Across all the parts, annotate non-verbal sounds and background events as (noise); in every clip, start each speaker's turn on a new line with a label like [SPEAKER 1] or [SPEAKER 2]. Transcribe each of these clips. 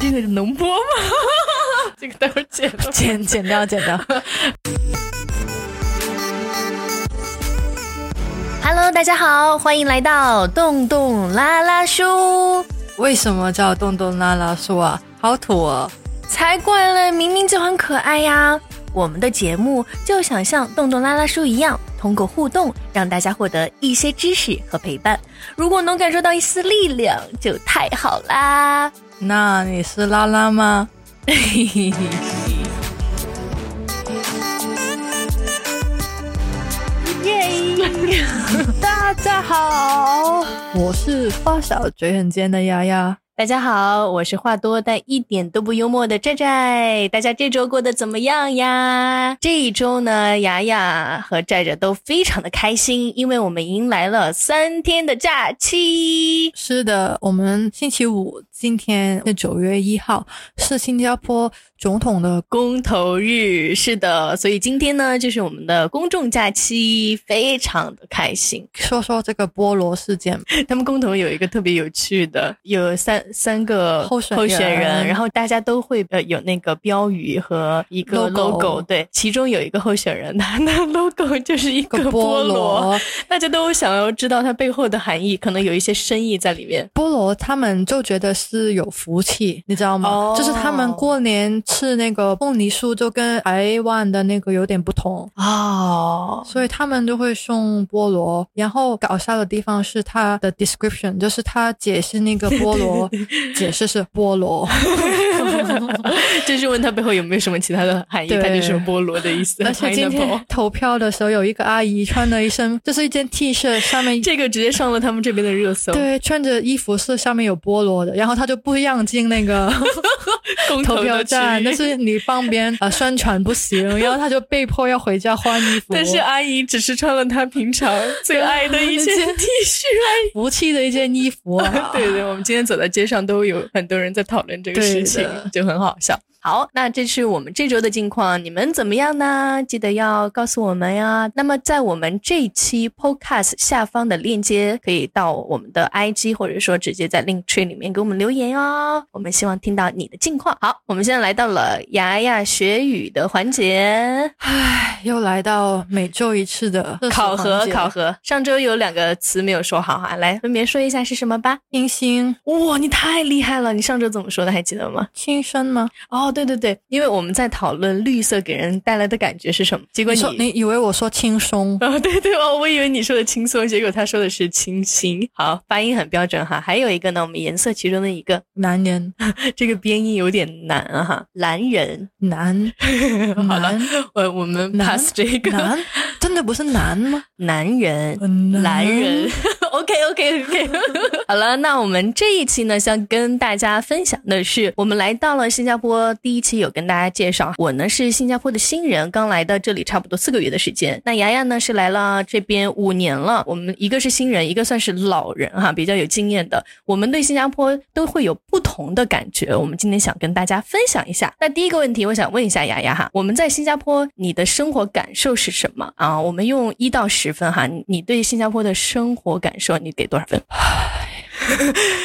[SPEAKER 1] 这个能播吗？ (laughs)
[SPEAKER 2] 这个待会儿剪了。
[SPEAKER 1] 剪剪掉，剪掉。
[SPEAKER 3] Hello，大家好，欢迎来到洞洞拉拉书。
[SPEAKER 1] 为什么叫洞洞拉拉树啊？好土哦！
[SPEAKER 3] 才怪嘞，明明就很可爱呀！我们的节目就想像洞洞拉拉书一样，通过互动让大家获得一些知识和陪伴。如果能感受到一丝力量，就太好
[SPEAKER 1] (laughs)
[SPEAKER 3] 啦！
[SPEAKER 1] 那你是拉拉吗？
[SPEAKER 3] 耶！
[SPEAKER 1] (laughs) 大家好，我是发小嘴很尖的丫丫。
[SPEAKER 3] 大家好，我是话多但一点都不幽默的寨寨。大家这周过得怎么样呀？这一周呢，雅雅和寨寨都非常的开心，因为我们迎来了三天的假期。
[SPEAKER 1] 是的，我们星期五，今天是九月一号，是新加坡总统的
[SPEAKER 3] 公投日，是的，所以今天呢，就是我们的公众假期，非常的开心。
[SPEAKER 1] 说说这个菠萝事件。
[SPEAKER 3] 他们公投有一个特别有趣的，有三三个
[SPEAKER 1] 候选人
[SPEAKER 3] 候选人，然后大家都会呃有那个标语和一个
[SPEAKER 1] logo
[SPEAKER 3] logo，对，其中有一个候选人，他的 (laughs) logo 就是一
[SPEAKER 1] (laughs) 个
[SPEAKER 3] 个菠
[SPEAKER 1] 菠
[SPEAKER 3] 萝，
[SPEAKER 1] 萝，
[SPEAKER 3] 大家都想要知道它背后的含义，可能有一些深意在里面。
[SPEAKER 1] 菠萝他们就觉得是有福气，你知道吗？
[SPEAKER 3] 哦
[SPEAKER 1] 就是他们过年吃那个凤梨酥，就跟台湾的那个有点不同，
[SPEAKER 3] 哦，
[SPEAKER 1] 所以他们就会送菠萝。然后搞笑的地方是它的 description，就是它解释那个菠
[SPEAKER 3] (laughs)
[SPEAKER 1] 萝，解释是菠萝，
[SPEAKER 3] (laughs) 就是问他背后有没有什么其他的含义，
[SPEAKER 1] 对
[SPEAKER 3] 它就是菠萝的意思。
[SPEAKER 1] (laughs) 而且今
[SPEAKER 3] pineapple
[SPEAKER 1] 天投票的时候，有一个阿姨穿了一身，就是一件 T 恤，上面
[SPEAKER 3] 这个直接上了他们这边的热搜，
[SPEAKER 1] 对穿着衣服是上面有菠萝的，然后她就不让进那个
[SPEAKER 3] 公 (laughs) 投
[SPEAKER 1] 投
[SPEAKER 3] 的
[SPEAKER 1] 票
[SPEAKER 3] 区
[SPEAKER 1] 站，
[SPEAKER 3] 域
[SPEAKER 1] 但是你帮
[SPEAKER 3] (laughs)
[SPEAKER 1] 别人呃宣传不行，然后她就被迫要回家换衣服。
[SPEAKER 3] 但是啊阿姨只是穿了她平常最爱的一件
[SPEAKER 1] 那件
[SPEAKER 3] T 恤而已。，
[SPEAKER 1] 服气的一件衣服、啊
[SPEAKER 3] (laughs) 对对，我们今天走在街上都有很多人在讨论这个事情
[SPEAKER 1] 对的，
[SPEAKER 3] 就很好笑。好，那这是我们这周的近况，你们怎么样呢？记得要告诉我们呀。那么在我们这一期 Podcast 下方的链接，可以到我们的 IG，或者说直接在 Link Tree 里面给我们留言哦。我们希望听到你的近况。好，我们现在来到了牙牙学语的环节。
[SPEAKER 1] 又来到每周一次的测试
[SPEAKER 3] 考核
[SPEAKER 1] 环节
[SPEAKER 3] 考核，上周有两个词没有说好哈，来分别说一下是什么吧。
[SPEAKER 1] 清新
[SPEAKER 3] 哇，你太厉害了！你上周怎么说的？还记得吗？
[SPEAKER 1] 轻声吗？
[SPEAKER 3] 哦，对对对，因为我们在讨论绿色给人带来的感觉是什么，结果
[SPEAKER 1] 你
[SPEAKER 3] 你
[SPEAKER 1] 说你以为我说轻松？
[SPEAKER 3] (laughs) 哦，对对哦，我以为你说的轻松，结果他说的是清新。好，发音很标准哈。还有一个呢，我们颜色其中的一个，
[SPEAKER 1] 男人
[SPEAKER 3] 这个边音有点难啊哈，蓝
[SPEAKER 1] (laughs)
[SPEAKER 3] 人。
[SPEAKER 1] 男
[SPEAKER 3] 好了
[SPEAKER 1] 男，
[SPEAKER 3] 呃，我们
[SPEAKER 1] 男
[SPEAKER 3] pass 这个
[SPEAKER 1] 男，真的不是男吗？
[SPEAKER 3] 男人。
[SPEAKER 1] 男
[SPEAKER 3] 男人。OK OK OK，好 (laughs) 了，那我们这一期呢，想跟大家分享的是，我们来到了新加坡。第一期有跟大家介绍，我呢是新加坡的新人，刚来到这里差不多四个月的时间。那牙牙呢是来了这边五年了，我们一个是新人，一个算是老人哈，比较有经验的。我们对新加坡都会有不同的感觉。我们今天想跟大家分享一下。那第一个问题，我想问一下雅雅哈，我们在新加坡，你的生活感受是什么啊？我们用一到十分哈，你你对新加坡的生活感受，你给多少分？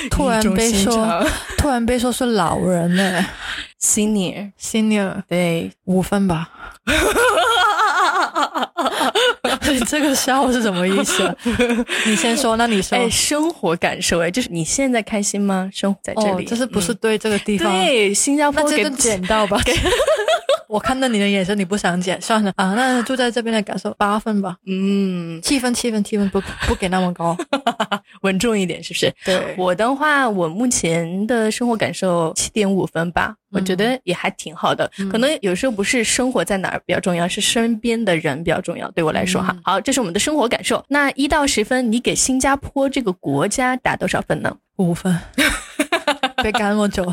[SPEAKER 1] 突然被
[SPEAKER 3] 语重心
[SPEAKER 1] 说
[SPEAKER 3] 长，
[SPEAKER 1] 突然被说是老人呢、 (laughs)
[SPEAKER 3] senior，
[SPEAKER 1] senior
[SPEAKER 3] 对，
[SPEAKER 1] 五分吧。 (laughs) 啊这个笑是什么意 (laughs) 思？你先说，那你说。
[SPEAKER 3] 哎，生活感受哎，就是你现在开心吗？生活在这
[SPEAKER 1] 哦
[SPEAKER 3] 里，，
[SPEAKER 1] 这是不是
[SPEAKER 3] 嗯
[SPEAKER 1] 对这个地方？
[SPEAKER 3] 对新加
[SPEAKER 1] 那
[SPEAKER 3] 坡
[SPEAKER 1] 这
[SPEAKER 3] 给
[SPEAKER 1] 个剪到吧。 (laughs) 我看到你的眼神，你不想剪，算了啊。那住在这边的感受八分吧，
[SPEAKER 3] 嗯
[SPEAKER 1] 七分，七分，七分，不不给那么高。
[SPEAKER 3] 稳重一点是不是？
[SPEAKER 1] 对
[SPEAKER 3] 我的话，我目前的生活感受七点五分吧，
[SPEAKER 1] 嗯
[SPEAKER 3] 我觉得也还挺好的。可能有时候不是生活在哪儿比较重要，是身边的人比较重要。对我来说
[SPEAKER 1] 嗯
[SPEAKER 3] 哈，好，这是我们的生活感受。那一到十分，你给新加坡这个
[SPEAKER 1] (laughs)
[SPEAKER 3] 国家打多少分呢？
[SPEAKER 1] 五分，别赶我走。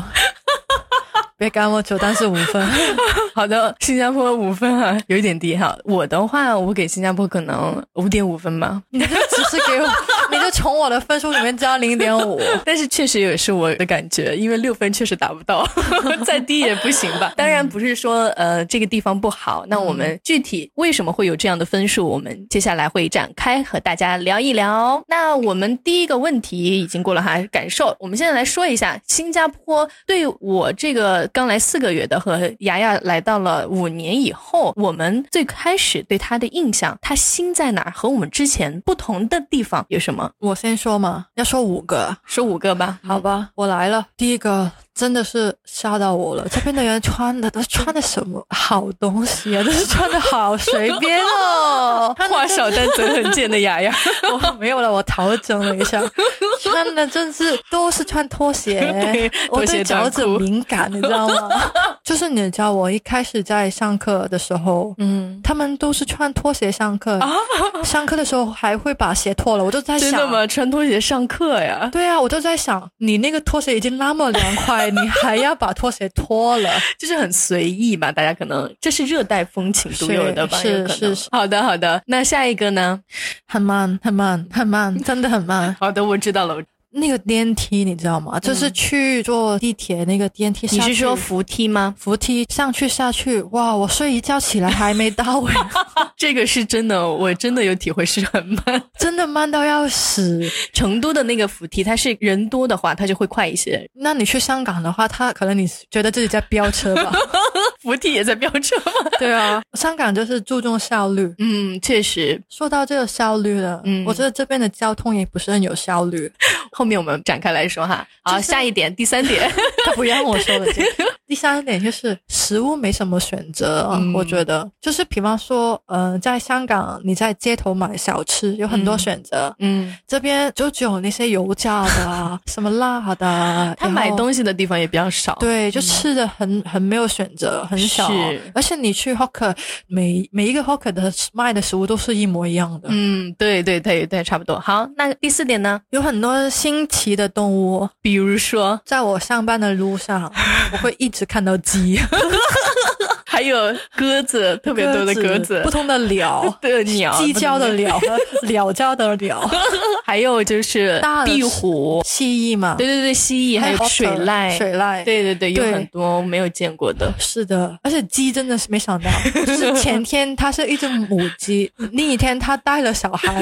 [SPEAKER 1] 别赶我球，但是五分。 (laughs)
[SPEAKER 3] (laughs) 好的，新加坡五分啊，有一点低哈。我的话，我给新加坡可能五点五分吧，
[SPEAKER 1] 你就只是给我，你就从我的分数里面加零点五。
[SPEAKER 3] (laughs) 但是确实也是我的感觉，因为六分确实达不到， (laughs) 再低也不行吧。当然不是说呃这个地方不好，那我们具体为什么会有这样的分数，我们接下来会展开和大家聊一聊。那我们第一个问题已经过了哈，感受，我们现在来说一下新加坡对我这个刚来四个月的和雅雅来到了五年以后，我们最开始对他的印象，他心在哪儿和我们之前不同的地方有什么？
[SPEAKER 1] 我先说嘛，要说五个，
[SPEAKER 3] 说五个吧。
[SPEAKER 1] 好吧，我来了。第一个真的是吓到我了，这边的人穿的都穿的什么好东西啊？都是穿的好随 (laughs)
[SPEAKER 3] (laughs)
[SPEAKER 1] 便哦。
[SPEAKER 3] 话少但嘴很贱的 (laughs) 嗯雅雅，
[SPEAKER 1] 我没有了，我调整了一下，穿的真是都是穿拖鞋
[SPEAKER 3] 对，
[SPEAKER 1] 我
[SPEAKER 3] 拖鞋
[SPEAKER 1] (laughs) 对脚
[SPEAKER 3] 短
[SPEAKER 1] 趾
[SPEAKER 3] 裤
[SPEAKER 1] 敏感，你知道吗？ (laughs) 就是你知道，我一开始在上课的时候，
[SPEAKER 3] 嗯，
[SPEAKER 1] 他们都是穿拖鞋上课，上课的时候还会把鞋脱了，我就在
[SPEAKER 3] 啊真
[SPEAKER 1] 想，
[SPEAKER 3] 的吗？穿拖鞋上课呀？
[SPEAKER 1] 对啊，我就在想，你那个拖鞋已经那么凉快，你还要把拖鞋脱
[SPEAKER 3] (laughs)
[SPEAKER 1] 了？
[SPEAKER 3] 就是很随意吧，大家可能这是热带风情独有的吧，
[SPEAKER 1] 是
[SPEAKER 3] 有可能
[SPEAKER 1] 是是。
[SPEAKER 3] 好的，好的，那下一个呢？
[SPEAKER 1] 很慢，很慢，很
[SPEAKER 3] 嗯
[SPEAKER 1] 慢，真的很慢。
[SPEAKER 3] 好的，我知道了。
[SPEAKER 1] 那个电梯你知道吗？就是去坐地铁那个电梯
[SPEAKER 3] 嗯你
[SPEAKER 1] 下去，
[SPEAKER 3] 是说扶梯吗？
[SPEAKER 1] 扶梯上去下去？哇，我睡一觉起来还没
[SPEAKER 3] (laughs)
[SPEAKER 1] 到位，
[SPEAKER 3] 这个是真的，我真的有体会，是很慢。
[SPEAKER 1] 真的慢到要死。
[SPEAKER 3] (laughs) 成都的那个扶梯，它是人多的话，它就会快一些。
[SPEAKER 1] 那你去香港的话，他可能你觉得自己在飙车
[SPEAKER 3] (laughs)
[SPEAKER 1] 吧？
[SPEAKER 3] 扶梯也在飙车吗？
[SPEAKER 1] 对啊，香港就是注重效率。
[SPEAKER 3] 嗯，确实。
[SPEAKER 1] 说到这个效率了，
[SPEAKER 3] 嗯
[SPEAKER 1] 我觉得这边的交通也不是很有
[SPEAKER 3] (laughs)
[SPEAKER 1] 效率。
[SPEAKER 3] 后面我们展开来说哈。好，
[SPEAKER 1] 就是
[SPEAKER 3] 下一点，第三点，
[SPEAKER 1] 他不让我说的这个。第三点就是食物没什么选择啊、
[SPEAKER 3] 嗯
[SPEAKER 1] 我觉得就是比方说，呃，在香港你在街头买小吃有很多选择，
[SPEAKER 3] (laughs) 嗯，
[SPEAKER 1] 这边就只有那些油炸的啊，什么辣的啊，
[SPEAKER 3] (laughs) 他买
[SPEAKER 1] 西。
[SPEAKER 3] 东西的地方也比较少。
[SPEAKER 1] 对，就吃的很很没有选择，很少啊
[SPEAKER 3] 是，
[SPEAKER 1] 而且你去 hawker，每每一个 hawker 的卖的食物都是一模一样的，
[SPEAKER 3] 嗯，对对对对，差不多。好，那第四点呢？
[SPEAKER 1] 有很多新奇的动物，
[SPEAKER 3] 比如说，
[SPEAKER 1] 在我上班的
[SPEAKER 3] (laughs)
[SPEAKER 1] 路上，我会一直看到鸡，
[SPEAKER 3] 还有鸽子，特别多的鸽子
[SPEAKER 1] 不，同的鸟，
[SPEAKER 3] 对鸟，
[SPEAKER 1] 鸡叫的
[SPEAKER 3] 不同
[SPEAKER 1] 鸟和鸟叫的鸟，
[SPEAKER 3] (laughs) 还有就是
[SPEAKER 1] 大的
[SPEAKER 3] 壁虎，
[SPEAKER 1] 蜥蜴嘛，
[SPEAKER 3] 对对对，蜥蜴，还有
[SPEAKER 1] otter，
[SPEAKER 3] 水濑，
[SPEAKER 1] 水濑，，
[SPEAKER 3] 对对对，有
[SPEAKER 1] 对
[SPEAKER 3] 很多没有见过的。
[SPEAKER 1] 是的，而且鸡真的是
[SPEAKER 3] (laughs)
[SPEAKER 1] 没想到，就是前天它是一只母鸡，另一天它带了小孩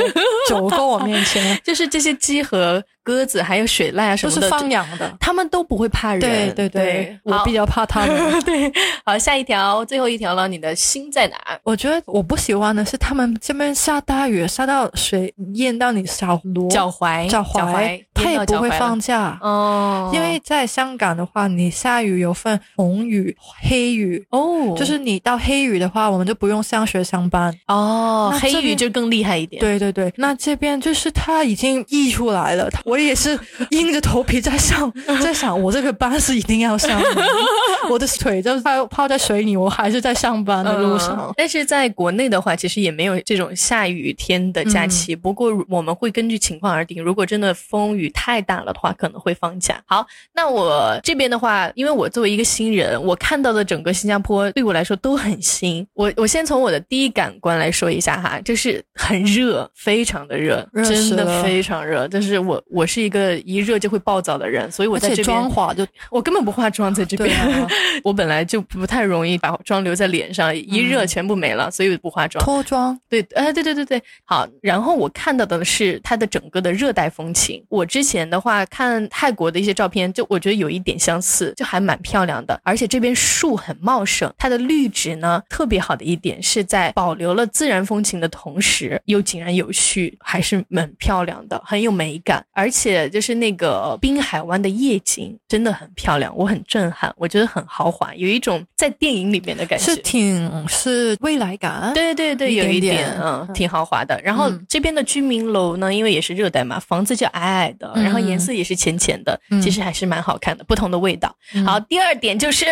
[SPEAKER 1] 走过我面前，
[SPEAKER 3] 就是这些鸡和鸽子，还有水濑 (laughs) 啊什么
[SPEAKER 1] 都是
[SPEAKER 3] 的，
[SPEAKER 1] 放养的，
[SPEAKER 3] 它们都不会怕人。
[SPEAKER 1] 对对
[SPEAKER 3] 对
[SPEAKER 1] 对，，我
[SPEAKER 3] 好
[SPEAKER 1] 比较怕它
[SPEAKER 3] (laughs)
[SPEAKER 1] 们。
[SPEAKER 3] 对。好，下一条，最后一条了，你的心在哪儿？
[SPEAKER 1] 我觉得我不喜欢的是，他们这边下大雨，下到水淹到你小罗
[SPEAKER 3] 哎脚踝，
[SPEAKER 1] 脚
[SPEAKER 3] 踝
[SPEAKER 1] 踝，，它
[SPEAKER 3] 淹
[SPEAKER 1] 也
[SPEAKER 3] 到
[SPEAKER 1] 不
[SPEAKER 3] 脚
[SPEAKER 1] 会
[SPEAKER 3] 踝了
[SPEAKER 1] 放假。
[SPEAKER 3] 哦，
[SPEAKER 1] 因为在香港的话，你下雨有分红雨、黑雨，
[SPEAKER 3] 哦，
[SPEAKER 1] 就是你到黑雨的话，我们就不用上学上班。
[SPEAKER 3] 哦，
[SPEAKER 1] 那
[SPEAKER 3] 黑
[SPEAKER 1] 这
[SPEAKER 3] 鱼
[SPEAKER 1] 边
[SPEAKER 3] 就更厉害一点。
[SPEAKER 1] 对对对，那这边就是他已经溢出来了，我也是硬着头皮在上，在想我这个班是一定要上的， (laughs) 我的腿都泡泡在水里，我还是在上班的路上
[SPEAKER 3] 嗯。但是在国内的话，其实也没有这种下雨天的
[SPEAKER 1] 嗯
[SPEAKER 3] 假期。不过我们会根据情况而定，如果真的风雨太大了的话，可能会放假。好，那我这边的话，因为我作为一个新人，我看到的整个新加坡对我来说都很新。我我先从我的第一感官来说一下哈，就是很热，非常的热，
[SPEAKER 1] 热
[SPEAKER 3] 真
[SPEAKER 1] 死
[SPEAKER 3] 的
[SPEAKER 1] 了
[SPEAKER 3] 非常热。就是我我是一个一热就会暴躁的人，所以我
[SPEAKER 1] 而
[SPEAKER 3] 在
[SPEAKER 1] 且
[SPEAKER 3] 这边
[SPEAKER 1] 妆化就
[SPEAKER 3] 我根本不化妆在这边，
[SPEAKER 1] 对啊
[SPEAKER 3] 我本来就不太容易把妆留在脸上，一热全部没了，所以不化妆。
[SPEAKER 1] (laughs) 脱妆，
[SPEAKER 3] 对，哎，对对对对，好。然后我看到的是它的整个的热带风情。我之前的话看泰国的一些照片，就我觉得有一点相似，就还蛮漂亮的。而且这边树很茂盛，它的绿植呢特别好的一点是在保留了自然风情的同时，又井然有序，还是蛮漂亮的，很有美感。而且就是那个滨海湾的夜景真的很漂亮，我很震撼，我觉得很豪华，有一种在电影里面的感觉。
[SPEAKER 1] 是挺是未来感。
[SPEAKER 3] 对对对，
[SPEAKER 1] 一
[SPEAKER 3] 有
[SPEAKER 1] 点
[SPEAKER 3] 一
[SPEAKER 1] 点
[SPEAKER 3] 点，嗯，
[SPEAKER 1] 嗯
[SPEAKER 3] 挺豪华的。然后
[SPEAKER 1] 嗯
[SPEAKER 3] 这边的居民楼呢，因为也是热带嘛，房子就矮矮的，
[SPEAKER 1] 嗯
[SPEAKER 3] 然后颜色也是浅浅的，
[SPEAKER 1] 嗯
[SPEAKER 3] 其实还是蛮好看的，不同的味道。
[SPEAKER 1] 嗯
[SPEAKER 3] 好，第二点就是。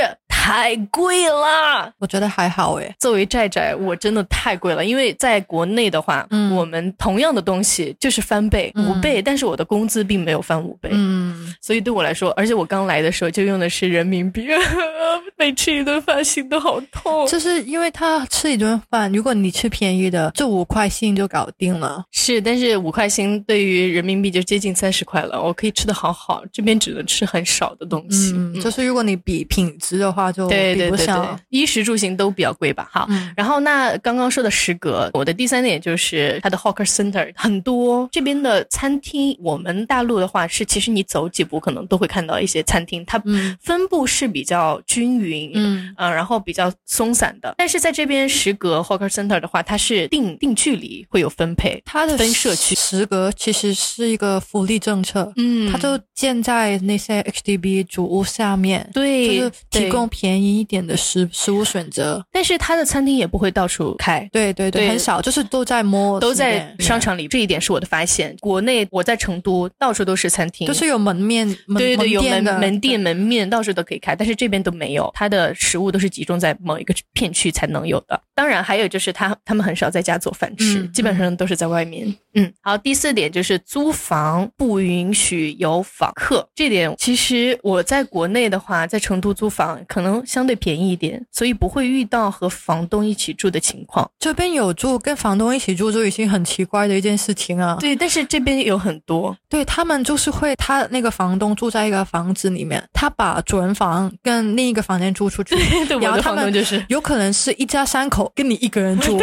[SPEAKER 3] 太贵了。
[SPEAKER 1] 我觉得还好诶。
[SPEAKER 3] 作为寨寨，我真的太贵了，因为在国内的话，
[SPEAKER 1] 嗯
[SPEAKER 3] 我们同样的东西就是翻倍、
[SPEAKER 1] 嗯
[SPEAKER 3] 五倍，但是我的工资并没有翻五倍，
[SPEAKER 1] 嗯，
[SPEAKER 3] 所以对我来说，而且我刚来的时候就用的是人民币， (laughs) 每吃一顿饭心都好痛。
[SPEAKER 1] 就是因为他吃一顿饭，如果你吃便宜的，这五块信就搞定了。
[SPEAKER 3] 是，但是五块钱对于人民币就接近三十块了，我可以吃的好好，这边只能吃很少的东西。
[SPEAKER 1] 嗯，
[SPEAKER 3] 嗯
[SPEAKER 1] 就是如果你比品质的话，就
[SPEAKER 3] 对
[SPEAKER 1] 比
[SPEAKER 3] 对
[SPEAKER 1] 不
[SPEAKER 3] 对对
[SPEAKER 1] 上。，
[SPEAKER 3] 衣食住行都比较贵吧？哈。
[SPEAKER 1] 嗯
[SPEAKER 3] 然后，那刚刚说的食阁，我的第三点就是它的 hawker center 很多，这边的餐厅，我们大陆的话是，其实你走几步可能都会看到一些餐厅，它
[SPEAKER 1] 嗯
[SPEAKER 3] 分布是比较均匀，
[SPEAKER 1] 嗯
[SPEAKER 3] 呃，然后比较松散的。但是在这边食阁 hawker center 的话，它是定定距离会有分配，
[SPEAKER 1] 它的
[SPEAKER 3] 分社区，
[SPEAKER 1] 时隔其实是一个福利政策，
[SPEAKER 3] 嗯
[SPEAKER 1] 它就建在那些 HDB 主屋下面，就
[SPEAKER 3] 对
[SPEAKER 1] 是提。供
[SPEAKER 3] 对
[SPEAKER 1] 便宜一点的食食物选择。
[SPEAKER 3] 但是它的餐厅也不会到处开。
[SPEAKER 1] 对对对，
[SPEAKER 3] 对
[SPEAKER 1] 很少，就是都在摸，
[SPEAKER 3] 都在商，场里，这一点是我的发现。国内我在成都，到处都是餐厅，
[SPEAKER 1] 就是有门面，门
[SPEAKER 3] 对对对，有
[SPEAKER 1] 店
[SPEAKER 3] 门
[SPEAKER 1] 的
[SPEAKER 3] 门店门面到处都可以开，但是这边都没有，它的食物都是集中在某一个片区才能有的。当然，还有就是他他们很少在家做饭吃，
[SPEAKER 1] 嗯
[SPEAKER 3] 基本上都是在外面。嗯，好，第四点就是租房不允许有访客，这点其实我在国内的话，在成都租房可能相对便宜一点，所以不会遇到和房东一起住的情况。
[SPEAKER 1] 这边有住跟房东一起住就已经很奇怪的一件事情啊。
[SPEAKER 3] 对，但是这边有很多，
[SPEAKER 1] 对他们就是会，他那个房东住在一个房子里面，他把主人房跟另一个房间租出去，
[SPEAKER 3] 对，我
[SPEAKER 1] 然后
[SPEAKER 3] 的
[SPEAKER 1] 他
[SPEAKER 3] 房
[SPEAKER 1] 们
[SPEAKER 3] 东就是。
[SPEAKER 1] 有可能是一家三口跟你一个人住，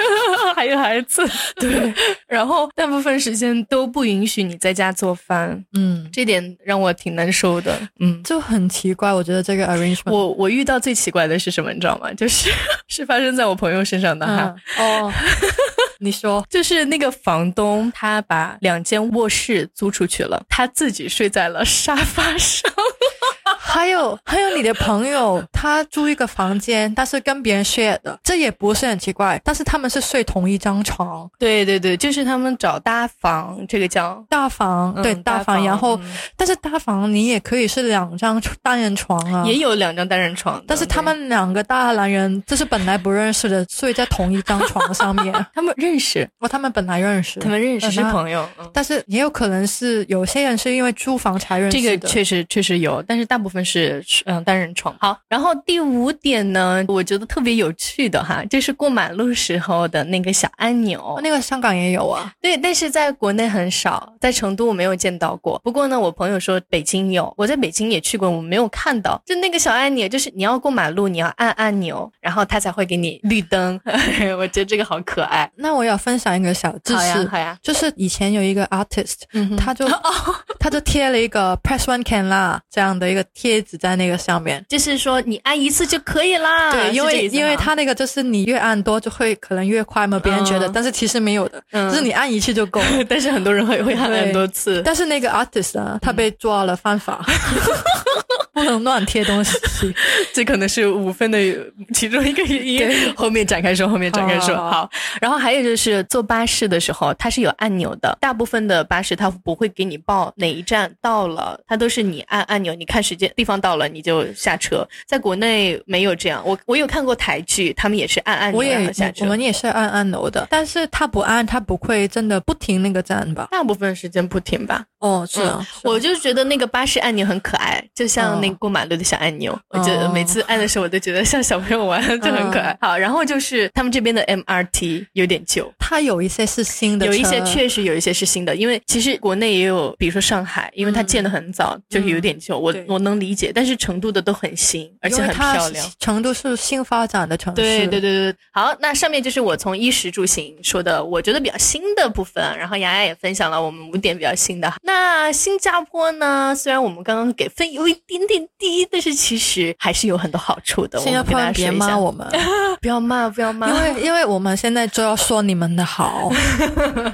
[SPEAKER 3] (laughs) 还有孩子， (laughs) 对，然后大部分时间都不允许你在家做饭，
[SPEAKER 1] 嗯，
[SPEAKER 3] 这点让我挺难受的。嗯，
[SPEAKER 1] 就很奇怪。我觉得这个 arrangement，
[SPEAKER 3] 我我遇到最奇怪的是什么，你知道吗？就是 (laughs) 是发生在我朋友身上的哈。
[SPEAKER 1] 嗯哦， (laughs) 你说
[SPEAKER 3] (laughs) 就是那个房东，他把两间卧室租出去了，他自己睡在了沙发上。 (laughs)
[SPEAKER 1] 还有还有你的朋友，他住一个房间，但是跟别人 share 的，这也不是很奇怪。但是他们是睡同一张床，
[SPEAKER 3] 对对对，就是他们找搭房，这个叫
[SPEAKER 1] 大房、
[SPEAKER 3] 嗯
[SPEAKER 1] 对
[SPEAKER 3] 搭
[SPEAKER 1] 大房，然后、
[SPEAKER 3] 嗯
[SPEAKER 1] 但是大房你也可以是两张单人床啊，
[SPEAKER 3] 也有两张单人床的，
[SPEAKER 1] 但是他
[SPEAKER 3] 对
[SPEAKER 1] 们两个大男人，就是本来不认识的，睡在同一张床
[SPEAKER 3] (laughs)
[SPEAKER 1] 上面。
[SPEAKER 3] 他们认识，
[SPEAKER 1] 哦，他们本来认识，
[SPEAKER 3] 他们认识
[SPEAKER 1] 嗯
[SPEAKER 3] 是
[SPEAKER 1] 那
[SPEAKER 3] 朋友。嗯
[SPEAKER 1] 但是也有可能是有些人是因为租房才认识
[SPEAKER 3] 这
[SPEAKER 1] 的。
[SPEAKER 3] 个确实确实有，但是大部分是嗯、单人床。好，然后第五点呢，我觉得特别有趣的哈，就是过马路时候的那个小按钮。
[SPEAKER 1] 哦那个香港也有啊，
[SPEAKER 3] 对，但是在国内很少，在成都我没有见到过。不过呢，我朋友说北京有，我在北京也去过，我没有看到。就那个小按钮，就是你要过马路，你要按按钮，然后它才会给你绿灯。 (laughs) 我觉得这个好可爱。
[SPEAKER 1] 那我要分享一个小知
[SPEAKER 3] 好呀，
[SPEAKER 1] 识
[SPEAKER 3] 好，呀。
[SPEAKER 1] 就是以前有一个 artist，
[SPEAKER 3] 嗯 (laughs)
[SPEAKER 1] 他就他就贴了一个 press one can 啦这样的一个贴纸在那个上面。
[SPEAKER 3] 就是说你按一次就可以啦。
[SPEAKER 1] 对，
[SPEAKER 3] 啊是
[SPEAKER 1] 因
[SPEAKER 3] 这
[SPEAKER 1] 为
[SPEAKER 3] 意思
[SPEAKER 1] 因为
[SPEAKER 3] 吗
[SPEAKER 1] 他那个就是你越按多就会可能越快嘛，别人觉得，
[SPEAKER 3] 嗯
[SPEAKER 1] 但是其实没有的，
[SPEAKER 3] 嗯
[SPEAKER 1] 就是你按一次就够了。
[SPEAKER 3] (laughs) 但是很多人会会按很多次。
[SPEAKER 1] 但是那个 artist 啊，他被抓了犯法， (laughs) 不能乱贴东 (laughs) 西。
[SPEAKER 3] 这可能是五分的其中一个原因。 (laughs) 后面展开说，后面展开说。
[SPEAKER 1] 好好
[SPEAKER 3] 好，然后还有就是坐巴士的时候，它是有按钮的。大部分的巴士它不会给你报哪一站到了，它都是你按按钮，你看时间地方到了你就下车。在国内没有这样，我我有看过台剧，他们也是按按钮
[SPEAKER 1] 我
[SPEAKER 3] 然
[SPEAKER 1] 也
[SPEAKER 3] 后下车
[SPEAKER 1] 我。们也是按按钮的，但是他不按，他不会真的不停那个站吧？
[SPEAKER 3] 大部分时间不停吧，
[SPEAKER 1] 哦，是啊，是啊
[SPEAKER 3] 我就觉得那个巴士按钮很可爱，就像那
[SPEAKER 1] 嗯
[SPEAKER 3] 个过马路的小按钮，我觉得
[SPEAKER 1] 哦嗯
[SPEAKER 3] 每次按的时候我都觉得像小朋友
[SPEAKER 1] (laughs)
[SPEAKER 3] 玩，就很可爱。好，然后就是他们这边的 MRT 有点旧。
[SPEAKER 1] 他有一些是新的车，
[SPEAKER 3] 有一些确实有一些是新的，因为其实国内也有，比如说上海，因为它建的很早，就是有点旧，我
[SPEAKER 1] 嗯对
[SPEAKER 3] 我能理解。但是成都的都很新，而
[SPEAKER 1] 因
[SPEAKER 3] 且
[SPEAKER 1] 为
[SPEAKER 3] 很
[SPEAKER 1] 它
[SPEAKER 3] 漂亮。
[SPEAKER 1] 成都是新发展的城市，
[SPEAKER 3] 对对对对，对好，那上面就是我从衣食住行说的，我觉得比较新的部分，然后雅雅也分享了我们五点比较新的。那新加坡呢，虽然我们刚刚给分有一点点低，但是其实还是有很多好处的。
[SPEAKER 1] 新加坡人
[SPEAKER 3] 我们跟大家
[SPEAKER 1] 别
[SPEAKER 3] 说一下 (laughs)
[SPEAKER 1] 骂，我们，
[SPEAKER 3] 不要骂，不要骂，
[SPEAKER 1] 因 (laughs) 为因为我们现在就要说你们的好，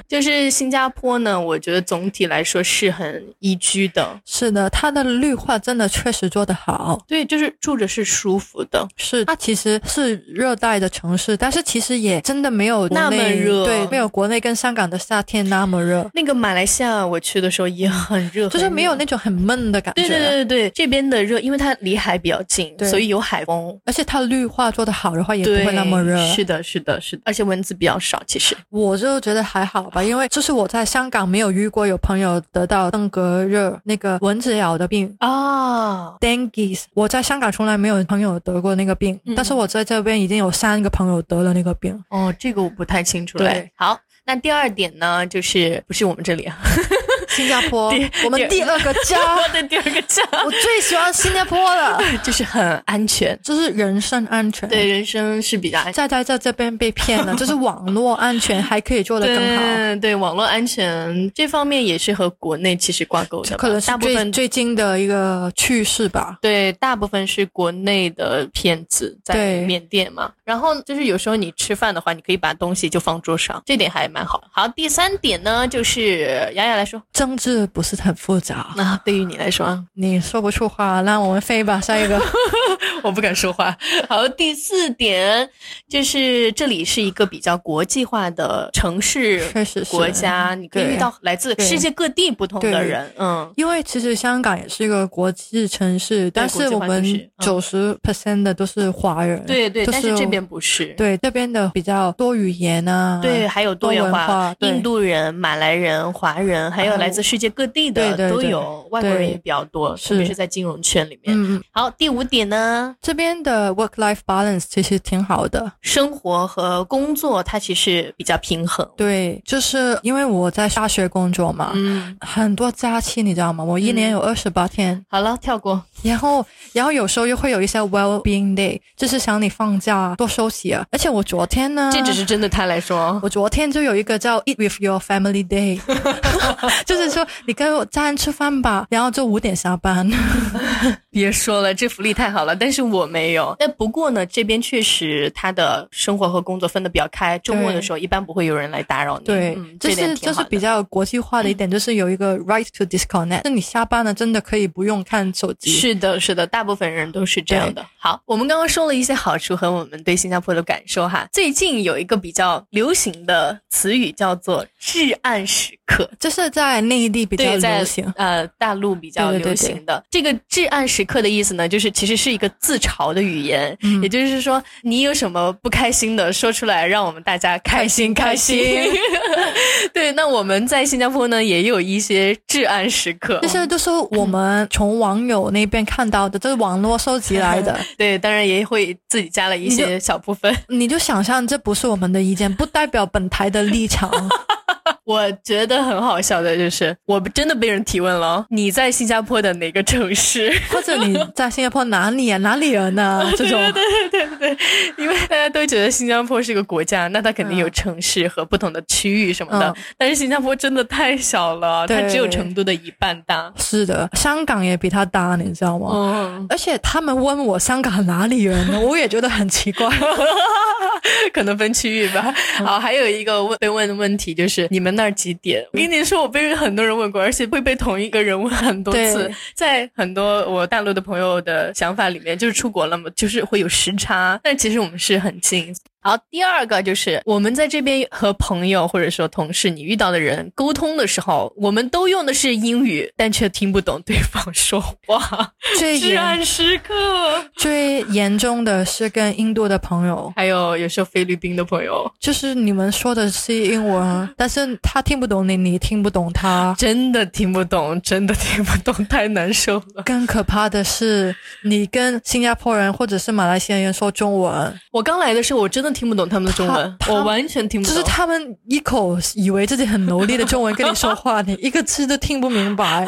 [SPEAKER 3] 就是新加坡呢，我觉得总体来说是很宜居的。
[SPEAKER 1] 是的，它的绿化真的确确实做得好。
[SPEAKER 3] 对，就是住着是舒服的。
[SPEAKER 1] 是，它其实是热带的城市，但是其实也真的没有国
[SPEAKER 3] 那么
[SPEAKER 1] 内
[SPEAKER 3] 热
[SPEAKER 1] 对，没有国内跟香港的夏天那么热，
[SPEAKER 3] 那个马来西亚我去的时候也很热，
[SPEAKER 1] 就是
[SPEAKER 3] 很
[SPEAKER 1] 没有
[SPEAKER 3] 热
[SPEAKER 1] 那种很闷的感觉。
[SPEAKER 3] 对对对对对，这边的热，因为它离海比较近，
[SPEAKER 1] 对
[SPEAKER 3] 所以有海风。
[SPEAKER 1] 而且它绿化做得好的话，也
[SPEAKER 3] 对，
[SPEAKER 1] 不会那么热。
[SPEAKER 3] 是的，是的，是的，而且蚊子比较少。其实
[SPEAKER 1] 我就觉得还好吧，因为这是我在香港没有遇过有朋友得到登革热那个蚊子咬的病。
[SPEAKER 3] 啊，
[SPEAKER 1] Dengue，我在香港从来没有朋友得过那个病，
[SPEAKER 3] 嗯
[SPEAKER 1] 但是我在这边已经有三个朋友得了那个
[SPEAKER 3] (laughs)
[SPEAKER 1] 病。
[SPEAKER 3] 哦，这个我不太清楚。
[SPEAKER 1] 对，
[SPEAKER 3] 好，那第二点呢，就是不是我们这里啊， (laughs)
[SPEAKER 1] 新加坡
[SPEAKER 3] 第，
[SPEAKER 1] 我们第二个
[SPEAKER 3] (laughs)
[SPEAKER 1] 家，
[SPEAKER 3] 我的哦第二个家
[SPEAKER 1] 我最喜欢新加坡了，
[SPEAKER 3] 就是很安全，
[SPEAKER 1] 就是人身安全。
[SPEAKER 3] 对，，人生是比较安全。
[SPEAKER 1] 再在这这边被骗
[SPEAKER 3] (laughs)
[SPEAKER 1] 了，就是网络安全还可以做得更好。
[SPEAKER 3] 对对，网络安全这方面也是和国内其实挂钩的
[SPEAKER 1] 这
[SPEAKER 3] 吧，
[SPEAKER 1] 可能是
[SPEAKER 3] 大部
[SPEAKER 1] 最
[SPEAKER 3] 分
[SPEAKER 1] 最近的一个趣事吧。
[SPEAKER 3] 对，大部分是国内的骗子在
[SPEAKER 1] 对
[SPEAKER 3] 缅甸嘛。然后就是有时候你吃饭的话，你可以把东西就放桌上，这点还蛮好。好，第三点呢，就是雅雅来说，
[SPEAKER 1] 政治不是很复 (laughs) 杂，
[SPEAKER 3] 那、对于你来说，啊，
[SPEAKER 1] 你说不出话，那我们飞吧，下一个。
[SPEAKER 3] (laughs) 我不敢说话。好，第四点就是这里是一个比较国际化的城市，
[SPEAKER 1] 确实是
[SPEAKER 3] 国家，你可以
[SPEAKER 1] 对
[SPEAKER 3] 遇到来自
[SPEAKER 1] 对
[SPEAKER 3] 世界各地不同的
[SPEAKER 1] 对
[SPEAKER 3] 人，嗯。
[SPEAKER 1] 因为其实香港也是一个国际城市，但
[SPEAKER 3] 国
[SPEAKER 1] 是
[SPEAKER 3] 际
[SPEAKER 1] 我
[SPEAKER 3] 化城市嗯
[SPEAKER 1] 们九十 percent 的都是华人，
[SPEAKER 3] 对对，
[SPEAKER 1] 都
[SPEAKER 3] 但是这边不是，
[SPEAKER 1] 对这边的比较多语言啊，
[SPEAKER 3] 对，还有多元
[SPEAKER 1] 文化对
[SPEAKER 3] 印度人、马来人、华人，还有来自世界各地的
[SPEAKER 1] 对对
[SPEAKER 3] 都
[SPEAKER 1] 对
[SPEAKER 3] 有，外国人
[SPEAKER 1] 对
[SPEAKER 3] 也比较多，特
[SPEAKER 1] 是
[SPEAKER 3] 别是在金融圈里面。
[SPEAKER 1] 嗯，嗯，
[SPEAKER 3] 好，第五点呢，
[SPEAKER 1] 这边的 work life balance 其实挺好的。
[SPEAKER 3] 生活和工作它其实比较平衡。
[SPEAKER 1] 对，就是因为我在大学工作嘛，
[SPEAKER 3] 嗯，
[SPEAKER 1] 很多假期你知道吗？我一年有二十八天，
[SPEAKER 3] 好了，跳过。
[SPEAKER 1] 然后，然后有时候又会有一些 well being day，就是想你放假多休息啊。而且我昨天呢，
[SPEAKER 3] 这只是针对他来说，
[SPEAKER 1] 我昨天就有一个叫 Eat with Your Family
[SPEAKER 3] (laughs)
[SPEAKER 1] Day，就是说你跟我家人吃饭吧，然后就五点下班。
[SPEAKER 3] 嗯别说了，这福利太好了，但是我没有。那不过呢，这边确实他的生活和工作分得比较开，周末的
[SPEAKER 1] 对
[SPEAKER 3] 时候一般不会有人来打扰你。
[SPEAKER 1] (laughs) 对，
[SPEAKER 3] 嗯、
[SPEAKER 1] 这
[SPEAKER 3] 点
[SPEAKER 1] 是
[SPEAKER 3] 挺好
[SPEAKER 1] 这是
[SPEAKER 3] 的嗯
[SPEAKER 1] 比较国际化的一点，就是有一个 right to disconnect，就你下班了真的可以不用看手机。
[SPEAKER 3] 是的，是的，大部分人都是这样的。好，我们刚刚说了一些好处和我们对新加坡的感受哈。最近有一个比较流行的词语叫做“至暗时刻”，
[SPEAKER 1] 这是在内地比较
[SPEAKER 3] 对，在
[SPEAKER 1] 流行。
[SPEAKER 3] 呃大陆比较
[SPEAKER 1] 对对
[SPEAKER 3] 流
[SPEAKER 1] 对
[SPEAKER 3] 行的这个“至暗时刻”的意思呢，就是其实是一个自嘲的语言，
[SPEAKER 1] 嗯
[SPEAKER 3] 也就是说你有什么不开心的说出来，让我们大家开心开心。 (laughs)
[SPEAKER 1] 开
[SPEAKER 3] 对，那我们在新加坡呢，也有一些至暗时刻，
[SPEAKER 1] 这些都是我们从网友那边看到的，这是网络收集来的。
[SPEAKER 3] 对，当然也会自己加了一
[SPEAKER 1] 你就
[SPEAKER 3] 些小部分。
[SPEAKER 1] 你就想象这不是我们的意见，不代表本台的立场。
[SPEAKER 3] 我觉得很好笑的就是，我真的被人提问了，你在新加坡的哪个城市？
[SPEAKER 1] 或者你在新加坡哪里啊？哪里人呢、啊？这种
[SPEAKER 3] (laughs) 因为大家都觉得新加坡是个国家，那它肯定有
[SPEAKER 1] 嗯
[SPEAKER 3] 城市和不同的区域什么的。
[SPEAKER 1] 嗯
[SPEAKER 3] 但是新加坡真的太小了，它
[SPEAKER 1] 对
[SPEAKER 3] 只有成都的一半大。
[SPEAKER 1] 是的，香港也比他大，你知道吗？
[SPEAKER 3] 嗯，
[SPEAKER 1] 而且他们问我香港哪里人呢，我也觉得很奇怪。
[SPEAKER 3] (laughs) 可能分区域吧。好，还有一个问被问的问题就是你们那儿几点？我跟你说，我被很多人问过，而且会被同一个人问很多次
[SPEAKER 1] 对。
[SPEAKER 3] 在很多我大陆的朋友的想法里面，就是出国了嘛，就是会有时差，但其实我们是很近。好，第二个就是我们在这边和朋友或者说同事，你遇到的人沟通的时候，我们都用的是英语，但却听不懂对方说话。
[SPEAKER 1] 最
[SPEAKER 3] 至
[SPEAKER 1] 严
[SPEAKER 3] 暗时刻，
[SPEAKER 1] 最严重的是跟印度的朋友，
[SPEAKER 3] 还有有时候菲律宾的朋友，
[SPEAKER 1] 就是你们说的是英文，但是他听不懂你，你听不懂他。
[SPEAKER 3] 真的听不懂，真的听不懂，太难受了。
[SPEAKER 1] 更可怕的是，你跟新加坡人或者是马来西亚人说中文，
[SPEAKER 3] (laughs) 我刚来的时候，我真的听不懂他们的中文，
[SPEAKER 1] 他他
[SPEAKER 3] 我完全听不
[SPEAKER 1] 就
[SPEAKER 3] 懂。
[SPEAKER 1] 是他们一口以为自己很流利的中文跟你说话，你一个字都听不明白。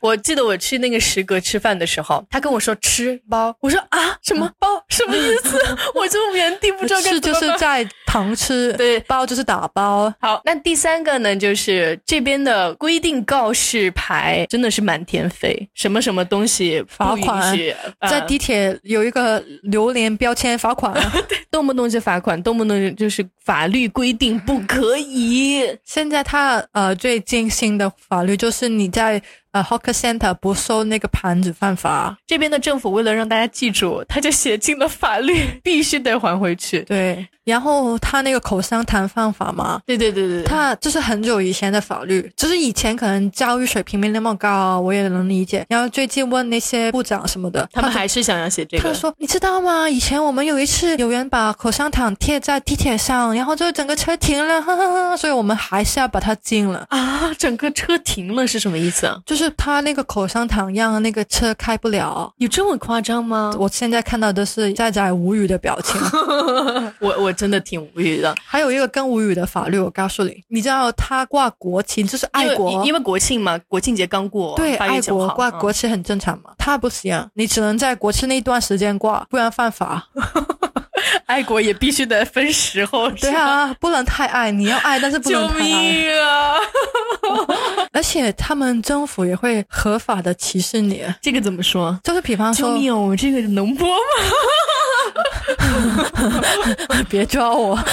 [SPEAKER 3] 我记得我去那个食阁吃饭的时候，他跟我说吃 (laughs) 包，我说啊什么包什么意 (laughs) 思？我就原地不知道该
[SPEAKER 1] 吃
[SPEAKER 3] 怎
[SPEAKER 1] 就
[SPEAKER 3] 么
[SPEAKER 1] 是
[SPEAKER 3] 办。
[SPEAKER 1] 在堂吃，
[SPEAKER 3] (laughs) 对
[SPEAKER 1] 包就是打包。
[SPEAKER 3] 好，那第三个呢，就是这边的规定告示牌真的是满天飞，什么什么东西不
[SPEAKER 1] 罚
[SPEAKER 3] 允
[SPEAKER 1] 款
[SPEAKER 3] 许，呃
[SPEAKER 1] 在地铁有一个榴莲标签
[SPEAKER 3] (laughs)
[SPEAKER 1] 罚款，
[SPEAKER 3] 动不动就罚款，动不动就是法律规定不可以。
[SPEAKER 1] 现在他呃最近新的法律就是你在呃 hawker center 不收那个盘子犯法。
[SPEAKER 3] 这边的政府为了让大家记住，他就写进了法律，必须得还回去。
[SPEAKER 1] 对，然后他那个口香糖犯法嘛，
[SPEAKER 3] 对对对对，他
[SPEAKER 1] 他这是很久以前的法律，就是以前可能教育水平没那么高，我也能理解。然后最近问那些部长什么的，
[SPEAKER 3] 他们
[SPEAKER 1] 就
[SPEAKER 3] 还是想要写这
[SPEAKER 1] 他
[SPEAKER 3] 个。
[SPEAKER 1] 说：“你知道吗？以前我们有一次有人把口香糖贴在地铁上，然后就整个车停了，哈哈哈！所以我们还是要把它禁了。
[SPEAKER 3] 啊，整个车停了是什么意思啊？
[SPEAKER 1] 就是他那个口香糖让那个车开不了。
[SPEAKER 3] 有这么夸张吗？
[SPEAKER 1] 我现在看到的是在仔无语的表
[SPEAKER 3] (laughs)
[SPEAKER 1] 情。
[SPEAKER 3] 我我真的挺无语的。
[SPEAKER 1] 还有一个更无语的法律，我告诉你，你知道他挂国旗就是爱
[SPEAKER 3] 因为
[SPEAKER 1] 国，
[SPEAKER 3] 因为国庆嘛，国庆节刚过，
[SPEAKER 1] 对
[SPEAKER 3] 8月
[SPEAKER 1] 爱
[SPEAKER 3] 9
[SPEAKER 1] 国
[SPEAKER 3] 号
[SPEAKER 1] 挂
[SPEAKER 3] 嗯
[SPEAKER 1] 国旗很正常嘛。他不行，啊你只能在国庆那段时间挂，不然
[SPEAKER 3] (laughs)
[SPEAKER 1] 犯法。
[SPEAKER 3] 爱国也必须得分时候。
[SPEAKER 1] 对啊，不能太爱，你要爱，但是不
[SPEAKER 3] 是吧，
[SPEAKER 1] 能
[SPEAKER 3] 救
[SPEAKER 1] 太爱。”
[SPEAKER 3] 命啊！
[SPEAKER 1] 而且他们政府也会合法的歧视你，
[SPEAKER 3] 这个怎么说？
[SPEAKER 1] 就是比方
[SPEAKER 3] 救
[SPEAKER 1] 说，
[SPEAKER 3] 命！啊我们这个能播吗？啊
[SPEAKER 1] 别抓我。 (laughs)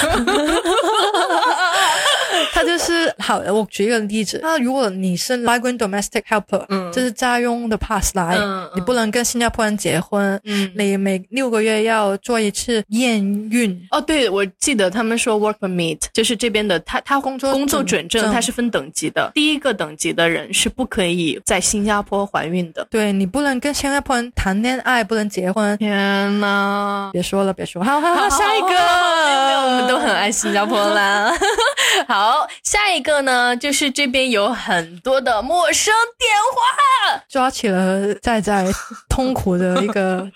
[SPEAKER 1] 他就是好，我举一个例子，那如果你是 migrant domestic helper，、
[SPEAKER 3] 嗯
[SPEAKER 1] 就是家佣的 pass 来，
[SPEAKER 3] 嗯嗯
[SPEAKER 1] 你不能跟新加坡人结婚，
[SPEAKER 3] 嗯
[SPEAKER 1] 你每六个月要做一次验孕。
[SPEAKER 3] 哦，对，我记得他们说 work permit 就是这边的，他他
[SPEAKER 1] 工作
[SPEAKER 3] 工作
[SPEAKER 1] 准
[SPEAKER 3] 准证，
[SPEAKER 1] 证
[SPEAKER 3] 它是分等级的。第一个等级的人是不可以在新加坡怀孕的。
[SPEAKER 1] 对你不能跟新加坡人谈恋爱，不能结婚。
[SPEAKER 3] 天呐！
[SPEAKER 1] 别说了，别说，好好好，
[SPEAKER 3] 下
[SPEAKER 1] 下
[SPEAKER 3] 一
[SPEAKER 1] 一
[SPEAKER 3] 个，
[SPEAKER 1] 个，
[SPEAKER 3] 我们都很爱新加坡啦。
[SPEAKER 4] 好，下一个呢，就是这边有很多的陌生电话，
[SPEAKER 1] 抓起了在在痛苦的一
[SPEAKER 3] (laughs)
[SPEAKER 1] 个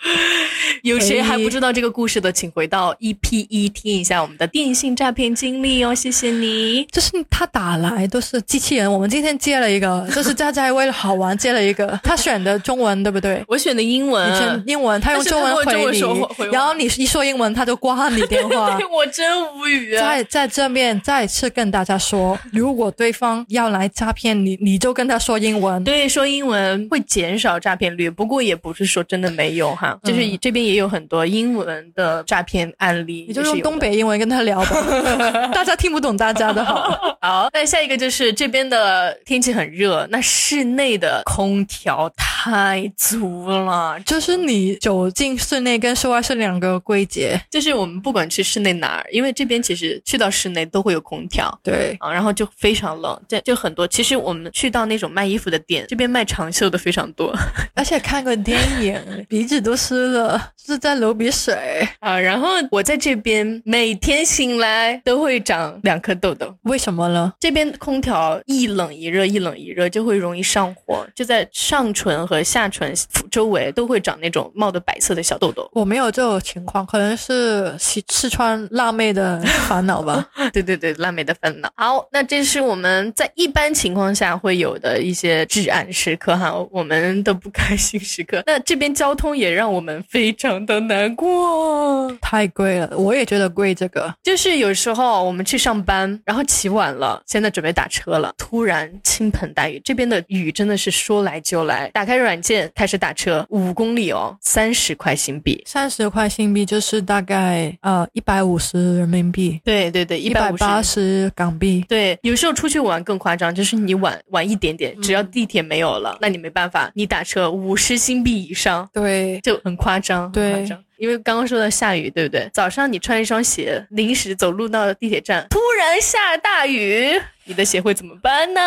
[SPEAKER 3] 有谁还
[SPEAKER 1] 可以
[SPEAKER 3] 不知道这个故事的，请回到 EP 一听一下我们的电信诈骗经历哦，谢谢你。
[SPEAKER 1] 就是他打来都是机器人。我们今天接了一个，就是佳佳为了好玩接了一个，他选的中文对不对？
[SPEAKER 3] 我选的英文
[SPEAKER 1] 你选英文，他用中文
[SPEAKER 3] 嗯但是他
[SPEAKER 1] 回
[SPEAKER 3] 跟我中文
[SPEAKER 1] 你
[SPEAKER 3] 说回，我
[SPEAKER 1] 然后你一说英文，他就挂你电
[SPEAKER 3] (laughs)
[SPEAKER 1] 话
[SPEAKER 3] 对。啊我真无语啊！
[SPEAKER 1] 在在这面再次跟大家说，如果对方要来诈骗你，你就跟他说英文。
[SPEAKER 3] 对，说英文会减少诈骗率，不过也不是说真的没有哈，
[SPEAKER 1] 嗯
[SPEAKER 3] 就是这边也有很多英文的诈骗案例，
[SPEAKER 1] 你就
[SPEAKER 3] 也是
[SPEAKER 1] 用
[SPEAKER 3] 有
[SPEAKER 1] 东
[SPEAKER 3] 的。
[SPEAKER 1] 北英文跟他
[SPEAKER 3] (laughs)
[SPEAKER 1] 聊吧，大家听不懂大家的好。
[SPEAKER 3] 好，那下一个就是这边的天气很热，那室内的空调太足了，
[SPEAKER 1] 就是你走进室内跟室外是两个规节，
[SPEAKER 3] 就是我们不管去室内哪儿，因为这边其实去到室内都会有空调，
[SPEAKER 1] 对，
[SPEAKER 3] 啊，然后就非常冷，这就很多。其实我们去到那种卖衣服的店，这边卖长袖的非常多
[SPEAKER 1] 而且看个电影， (laughs) 鼻子都湿了，就是在流鼻水。
[SPEAKER 3] 啊。然后我在这边每天醒来都会长两颗痘痘。
[SPEAKER 1] 为什么呢？。
[SPEAKER 3] 这边空调一冷一热，一冷一热就会容易上火，就在上唇和下唇周围都会长那种冒着白色的小痘痘
[SPEAKER 1] 我没有这种情况，可能是四四川辣妹的烦恼 (laughs) 吧。
[SPEAKER 3] (laughs) 对对对，辣妹的烦恼。好，那这是我们在一般情况下会有的一些至暗时刻哈，我们的不开心时刻。那这边交通也让我们非常的难过。
[SPEAKER 1] 太贵了，我也觉得贵。这个
[SPEAKER 3] 就是有时候我们去上班，然后起晚了，现在准备打车了，突然倾盆大雨，这边的雨真的是说来就来。打开软件开始打车，五公里哦，三十块新币。
[SPEAKER 1] 三十块新币就是大概呃一百五十人民币，
[SPEAKER 3] 对对对，一
[SPEAKER 1] 一百
[SPEAKER 3] 五
[SPEAKER 1] 八。十港币。
[SPEAKER 3] 对，有时候出去玩更夸张，就是你晚晚一点点，只要
[SPEAKER 1] 嗯
[SPEAKER 3] 地铁没有了，那你没办法，你打车五十新币以上。
[SPEAKER 1] 对，
[SPEAKER 3] 就很夸张，很
[SPEAKER 1] 对
[SPEAKER 3] 夸张。因为刚刚说到下雨，对不对？早上你穿一双鞋，临时走路到地铁站，突然下大雨，你的鞋会怎么办呢？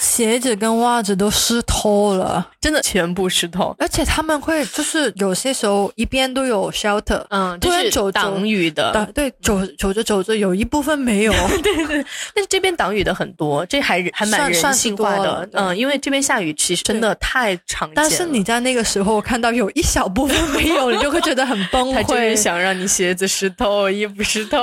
[SPEAKER 1] 鞋子跟袜子都湿透了，
[SPEAKER 3] 真的全部湿透。
[SPEAKER 1] 而且他们会就是有些时候一边都有 shelter，
[SPEAKER 3] 嗯，
[SPEAKER 1] 突然
[SPEAKER 3] 就是
[SPEAKER 1] 走
[SPEAKER 3] 挡雨
[SPEAKER 1] 但
[SPEAKER 3] 的，
[SPEAKER 1] 对走走着走着有一部分
[SPEAKER 3] (laughs)
[SPEAKER 1] 没有，
[SPEAKER 3] 但是这边挡雨的很多，这还还蛮
[SPEAKER 1] 算
[SPEAKER 3] 人性化
[SPEAKER 1] 算是多
[SPEAKER 3] 的
[SPEAKER 1] 了。对
[SPEAKER 3] 嗯，因为这边下雨其实真的太常见了，
[SPEAKER 1] 但是你在那个时候看到有一小部分没有，你就会觉得很崩
[SPEAKER 3] 他就是
[SPEAKER 1] 溃。
[SPEAKER 3] 想让你鞋子湿透，衣服湿透。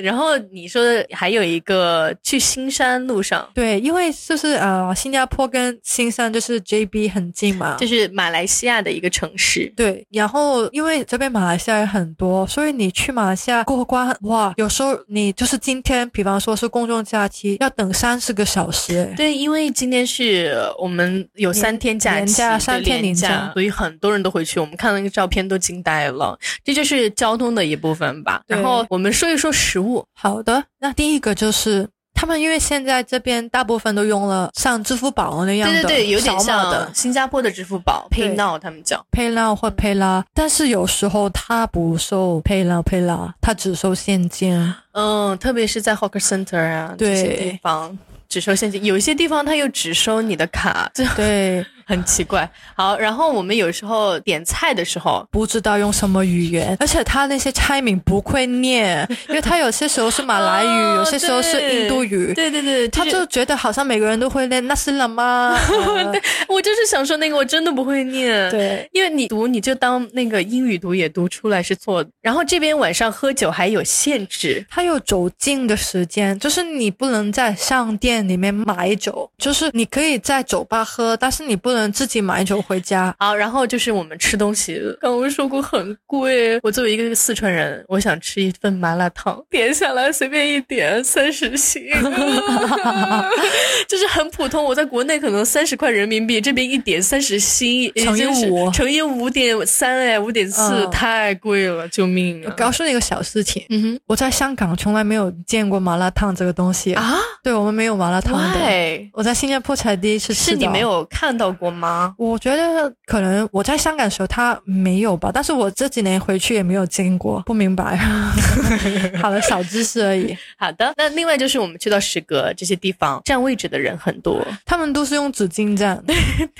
[SPEAKER 3] (laughs) 然后你说的还有一个去新山路上，
[SPEAKER 1] 对，因为就是呃，新加坡跟新山就是 JB 很近嘛。
[SPEAKER 3] 就是马来西亚的一个城市，
[SPEAKER 1] 对，然后因为这边马来西亚人很多，所以你去马来西亚过关，哇，有时候你就是今天，比方说是公众假期，要等三十个小时。
[SPEAKER 3] (laughs) 对，因为今天是呃我们有三天假
[SPEAKER 1] 年
[SPEAKER 3] 期，
[SPEAKER 1] 假
[SPEAKER 3] 对
[SPEAKER 1] 三天
[SPEAKER 3] 连
[SPEAKER 1] 年假
[SPEAKER 3] 所以很多人都回去。我们看那个照片都惊呆了，这就是交通的一部分吧。然
[SPEAKER 1] 对
[SPEAKER 3] 后我们说一说食物，
[SPEAKER 1] 好的，那第一个就是他们因为现在这边大部分都用了像支付宝那样
[SPEAKER 3] 对
[SPEAKER 1] 的
[SPEAKER 3] 对对，有点
[SPEAKER 1] 扫码的
[SPEAKER 3] 像新加坡的支付宝
[SPEAKER 1] 对
[SPEAKER 3] PayNow，他们叫
[SPEAKER 1] PayNow 或 PayLah，但是有时候它不收 PayNow PayLah，它只收现金。
[SPEAKER 3] 嗯，特别是在 Hawker Center 啊这
[SPEAKER 1] 对
[SPEAKER 3] 些地方。只收现金，有一些地方它又只收你的卡，这
[SPEAKER 1] 对，
[SPEAKER 3] 很奇怪。好，然后我们有时候点菜的时候，
[SPEAKER 1] 不知道用什么语言，而且它那些菜名不会
[SPEAKER 3] (laughs)
[SPEAKER 1] 念，因为它有些时候是马来语，
[SPEAKER 3] 哦
[SPEAKER 1] 有些时候是
[SPEAKER 3] 对
[SPEAKER 1] 印度语。
[SPEAKER 3] 对对对，
[SPEAKER 1] 他
[SPEAKER 3] 是
[SPEAKER 1] 就觉得好像每个人都会念那是
[SPEAKER 3] (laughs)
[SPEAKER 1] 了吗？呃
[SPEAKER 3] 我就是想说那个我真的不会念，
[SPEAKER 1] 对，
[SPEAKER 3] 因为你读你就当那个英语读也读出来是错的，然后这边晚上喝酒还有限制，
[SPEAKER 1] 它有走进的时间，就是你不能在商店里面买酒，就是你可以在酒吧喝，但是你不能自己买酒回家。
[SPEAKER 3] 好，然后就是我们吃东西，刚刚说过很贵。我作为一个四川人，我想吃一份麻辣烫，点下来随便一点三十新， (laughs) 就是很普通。我在国内可能三十块人民币，这边一点三十新，
[SPEAKER 1] 乘以
[SPEAKER 3] 也就是
[SPEAKER 1] 5
[SPEAKER 3] 乘以五点三哎，五点四
[SPEAKER 1] 嗯
[SPEAKER 3] 太贵了，救命
[SPEAKER 1] 我
[SPEAKER 3] 啊！
[SPEAKER 1] 告诉你一个小事情，
[SPEAKER 3] 嗯哼
[SPEAKER 1] 我在香港从来没有见过麻辣烫这个东西，
[SPEAKER 3] 啊，
[SPEAKER 1] 对我们没有麻辣烫的。
[SPEAKER 3] 对，
[SPEAKER 1] 我在新加坡才第一次吃
[SPEAKER 3] 是你
[SPEAKER 1] 到
[SPEAKER 3] 没。有看到过吗？
[SPEAKER 1] 我觉得可能我在香港的时候他没有吧，但是我这几年回去也没有见过，不
[SPEAKER 3] (laughs)
[SPEAKER 1] 明白。好了，小知识而已。
[SPEAKER 3] 好的，那另外就是我们去到石阁这些地方，占位置的人很多，
[SPEAKER 1] 他们都是用纸巾
[SPEAKER 3] (laughs)
[SPEAKER 1] 蘸，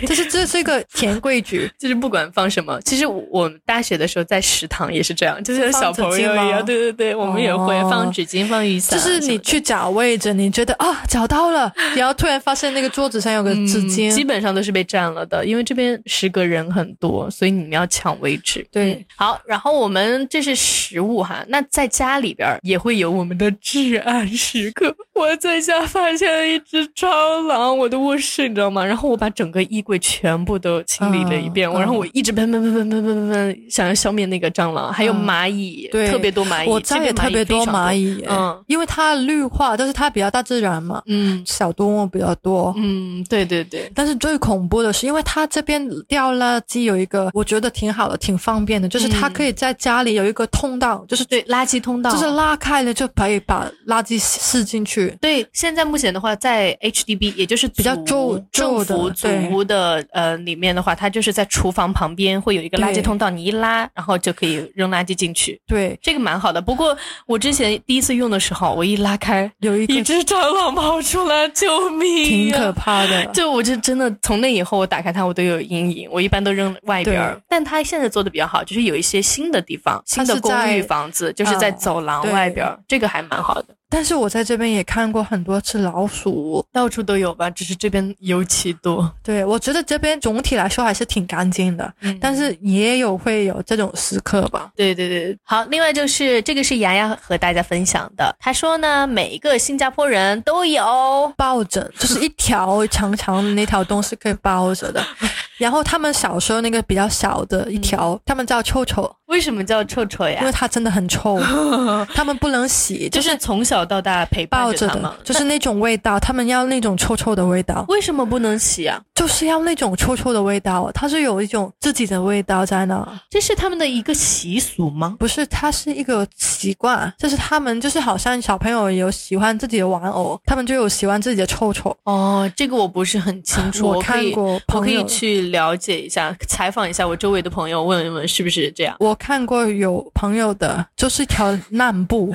[SPEAKER 1] 就是这是一个钱柜局，
[SPEAKER 3] 就是不管放什么，其实我我大学的时候在食堂也是这样，就是像小朋友一
[SPEAKER 1] 放纸巾吗
[SPEAKER 3] 样，对对对，我们也会
[SPEAKER 1] 哦
[SPEAKER 3] 放纸巾、放雨伞
[SPEAKER 1] 就
[SPEAKER 3] 什么
[SPEAKER 1] 是
[SPEAKER 3] 的，
[SPEAKER 1] 你去找位置，你觉得啊找到了，然后突然发现那个桌子上有个
[SPEAKER 3] 嗯
[SPEAKER 1] 纸巾，
[SPEAKER 3] 基本上都是被占了的，因为这边十个人很多，所以你们要抢位置。
[SPEAKER 1] 对
[SPEAKER 3] 嗯好，然后我们这是食物哈，那在家里边儿也会有我们的至暗时刻。我在家发现了一只蟑螂，我的卧室你知道吗？然后我把整个衣柜全部都清理了一遍，
[SPEAKER 1] 嗯
[SPEAKER 3] 我然后
[SPEAKER 1] 嗯
[SPEAKER 3] 我一直喷喷喷喷喷喷喷喷，想要消灭那个蟑螂，还有
[SPEAKER 1] 嗯
[SPEAKER 3] 蚂蚁，
[SPEAKER 1] 对
[SPEAKER 3] 特别多蚂蚁，
[SPEAKER 1] 我家
[SPEAKER 3] 这
[SPEAKER 1] 也
[SPEAKER 3] 边
[SPEAKER 1] 特
[SPEAKER 3] 非
[SPEAKER 1] 别多
[SPEAKER 3] 常
[SPEAKER 1] 蚂，蚁，
[SPEAKER 3] 嗯
[SPEAKER 1] 因为它绿化，但是它比较大自然嘛，
[SPEAKER 3] 嗯
[SPEAKER 1] 小动物比较多。
[SPEAKER 3] 嗯，对对对。
[SPEAKER 1] 但是最恐怖的是，因为它这边掉垃圾有一个，我觉得挺好的，挺方便的，就是它
[SPEAKER 3] 嗯
[SPEAKER 1] 可以在家里有一个通道，就是
[SPEAKER 3] 对垃圾通道，
[SPEAKER 1] 就是拉开了就可以把垃圾吸进去。
[SPEAKER 3] 对，现在目前的话，在 HDB，也就是比
[SPEAKER 1] 较
[SPEAKER 3] 住
[SPEAKER 1] 住
[SPEAKER 3] 政
[SPEAKER 1] 住的
[SPEAKER 3] 府祖
[SPEAKER 1] 对
[SPEAKER 3] 屋的呃里面的话，它就是在厨房旁边会有一个垃圾
[SPEAKER 1] 对
[SPEAKER 3] 通道，你一拉，然后就可以扔垃圾进去，
[SPEAKER 1] 对，
[SPEAKER 3] 这个蛮好的。不过我之前第一次用的时候，我一拉开，
[SPEAKER 1] 有一个
[SPEAKER 3] 一只蟑螂跑出来，救命
[SPEAKER 1] 挺
[SPEAKER 3] 呀、
[SPEAKER 1] 可怕的。
[SPEAKER 3] 啊 (laughs) 就我就真的从那以后，我打开它我都有阴影，我一般都扔外边儿
[SPEAKER 1] 对。
[SPEAKER 3] 但它现在做的比较好，就是有一些新的地方，新
[SPEAKER 1] 它
[SPEAKER 3] 的
[SPEAKER 1] 是
[SPEAKER 3] 公寓
[SPEAKER 1] 在
[SPEAKER 3] 房子，就是在
[SPEAKER 1] 嗯
[SPEAKER 3] 走廊
[SPEAKER 1] 对
[SPEAKER 3] 外边儿，这个还蛮好的。
[SPEAKER 1] 但是我在这边也看过很多次老鼠。
[SPEAKER 3] 到处都有吧，只是这边尤其多。
[SPEAKER 1] 对，我觉得这边总体来说还是挺干净的，
[SPEAKER 3] 嗯
[SPEAKER 1] 但是也有会有这种时刻吧。
[SPEAKER 3] 对对对，
[SPEAKER 5] 好，另外就是这个是牙牙和大家分享的，他说呢，每一个新加坡人都有。
[SPEAKER 1] 抱枕就是一条长长的那条东西可以包着的，然后他们小时候那个比较小的一条，他们叫臭臭，
[SPEAKER 5] 为什么叫臭臭呀
[SPEAKER 1] 因为？它真的很臭，他们不能洗，就
[SPEAKER 3] 就是是从小到大陪
[SPEAKER 1] 抱
[SPEAKER 3] 伴
[SPEAKER 1] 着
[SPEAKER 3] 他们
[SPEAKER 1] 的，。 (laughs) 就是那种味道，他们要那种臭臭的味道，
[SPEAKER 5] 为什么不能洗啊？
[SPEAKER 1] 就是要那种臭臭的味道，啊它是有一种自己的味道在那。
[SPEAKER 5] 这是他们的一个习俗吗？
[SPEAKER 1] 不是，它是一个习惯，就是他们就是好像小朋友有喜欢自己的玩偶，他们就有喜欢自己的臭臭。
[SPEAKER 3] 哦，这个我不是很清楚，
[SPEAKER 1] 我
[SPEAKER 3] 我可
[SPEAKER 1] 看
[SPEAKER 3] 以
[SPEAKER 1] 过
[SPEAKER 3] 我可
[SPEAKER 1] 朋友
[SPEAKER 3] 以去了解一下，采访一下我周围的朋友，问一问是不是这样。
[SPEAKER 1] 我看过有朋友的，就是一条烂布，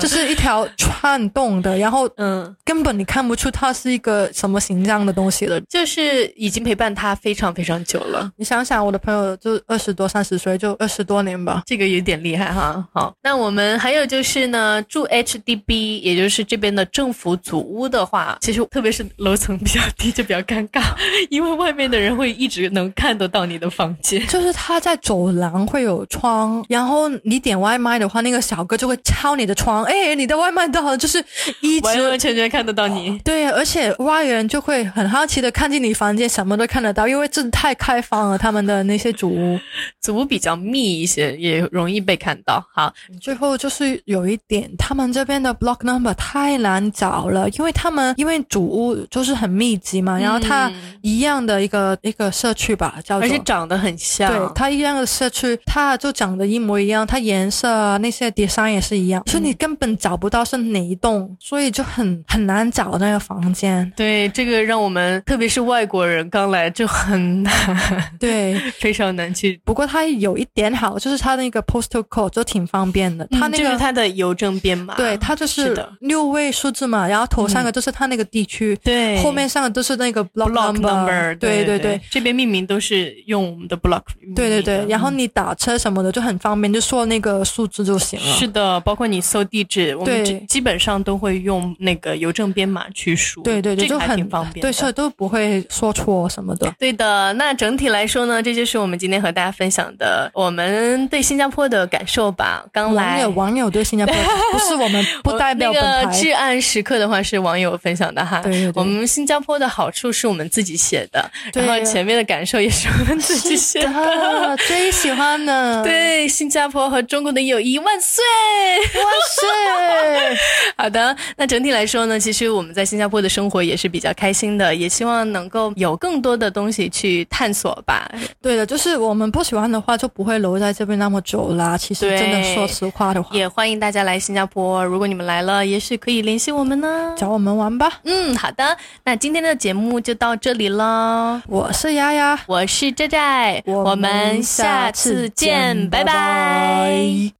[SPEAKER 1] 就是一条串动的，然后
[SPEAKER 3] 嗯，
[SPEAKER 1] 根本你看不出它是一个什么形状的东西了。
[SPEAKER 3] 就是已经陪伴他非常非常久了，
[SPEAKER 1] 你想想，我的朋友就二十多、三十岁，就二十多年吧。
[SPEAKER 3] 这个有点厉害哈。好，那我们还有就是呢，住 HDB，也就是这边的政府组屋的话，其实特别是楼层比较低就比较尴尬， (laughs) 因为外面的人会一直能看得到你的房间。
[SPEAKER 1] 就是他在走廊会有窗，然后你点外卖的话，那个小哥就会敲你的窗，哎，你的外卖到了，就是一直
[SPEAKER 3] 完完全全看得到你。
[SPEAKER 1] 对，而且外人就会很好奇的看进你房间，什么都看得到，因为这太开放了，他们的那些主屋。
[SPEAKER 3] 组比较密一些，也容易被看到。好，
[SPEAKER 1] 最后就是有一点，他们这边的 block number 太难找了，因为他们因为主屋就是很密集
[SPEAKER 3] 嗯
[SPEAKER 1] 嘛，然后它一样的一个一个社区吧，叫做
[SPEAKER 3] 而且长得很像。
[SPEAKER 1] 对，它一样的社区，它就长得一模一样，它颜色啊那些 design 也是一
[SPEAKER 3] 嗯
[SPEAKER 1] 样，所以你根本找不到是哪一栋，所以就很很难找那个房间。
[SPEAKER 3] 对，这个让我们特别是外国人刚来就很难， (laughs)
[SPEAKER 1] 对，
[SPEAKER 3] 非常难去。
[SPEAKER 1] 不过它有一点好，就是它那个 postal code 就挺方便的，它那
[SPEAKER 3] 就
[SPEAKER 1] 个
[SPEAKER 3] 嗯是它的邮政编码，
[SPEAKER 1] 对，它就是是
[SPEAKER 3] 的嗯
[SPEAKER 1] 六位数字嘛，然后头上的就是它那个地区，
[SPEAKER 3] 对
[SPEAKER 1] 后面上的就是那个 block
[SPEAKER 3] 哎 block
[SPEAKER 1] number，,
[SPEAKER 3] number，
[SPEAKER 1] 对
[SPEAKER 3] 对
[SPEAKER 1] 对，
[SPEAKER 3] 这边命名都是用我们的 block 命名的。
[SPEAKER 1] 对对对，然后
[SPEAKER 3] 嗯
[SPEAKER 1] 你打车什么的就很方便，就说那个数字就行了。
[SPEAKER 3] 是的，包括你搜地址，我们
[SPEAKER 1] 对
[SPEAKER 3] 只基本上都会用那个邮政编码去输，
[SPEAKER 1] 对对对，
[SPEAKER 3] 这
[SPEAKER 1] 就
[SPEAKER 3] 个还
[SPEAKER 1] 很
[SPEAKER 3] 挺方便的。
[SPEAKER 1] 对，所以都不会说错什么的。
[SPEAKER 3] 对的，那整体来说呢，这就是我们今天和大家分享的我们对新加坡的感受吧。刚
[SPEAKER 1] 网
[SPEAKER 3] 来
[SPEAKER 1] 友网友对新加坡不是我们，不代表本
[SPEAKER 3] 那个
[SPEAKER 1] 台。
[SPEAKER 3] 至暗时刻的话是网友分享的哈。
[SPEAKER 1] 对对对
[SPEAKER 3] 我们新加坡的好处是我们自己写的，
[SPEAKER 1] 对
[SPEAKER 3] 然后前面的感受也是我们自己写的。，
[SPEAKER 1] 啊，最喜欢呢
[SPEAKER 3] 对，新加坡和中国的友谊万岁！ (laughs)
[SPEAKER 1] 哇塞，
[SPEAKER 3] 好的，那整体来说呢，其实我们在新加坡的生活也是比较开心的，也希望能够有更多的东西去探索吧。
[SPEAKER 1] 对的，就是我们不喜欢的话，就不会留在这边那么久啦。其实
[SPEAKER 3] 对
[SPEAKER 1] 真的说实话的话，
[SPEAKER 3] 也欢迎大家来新加坡，如果你们来了，也许可以联系我们呢。
[SPEAKER 1] 找我们玩吧。
[SPEAKER 3] 嗯，好的，那今天的节目就到这里喽。
[SPEAKER 1] 我是丫丫，
[SPEAKER 3] 我是寨寨，
[SPEAKER 1] 我
[SPEAKER 3] 们下次见，拜
[SPEAKER 1] 拜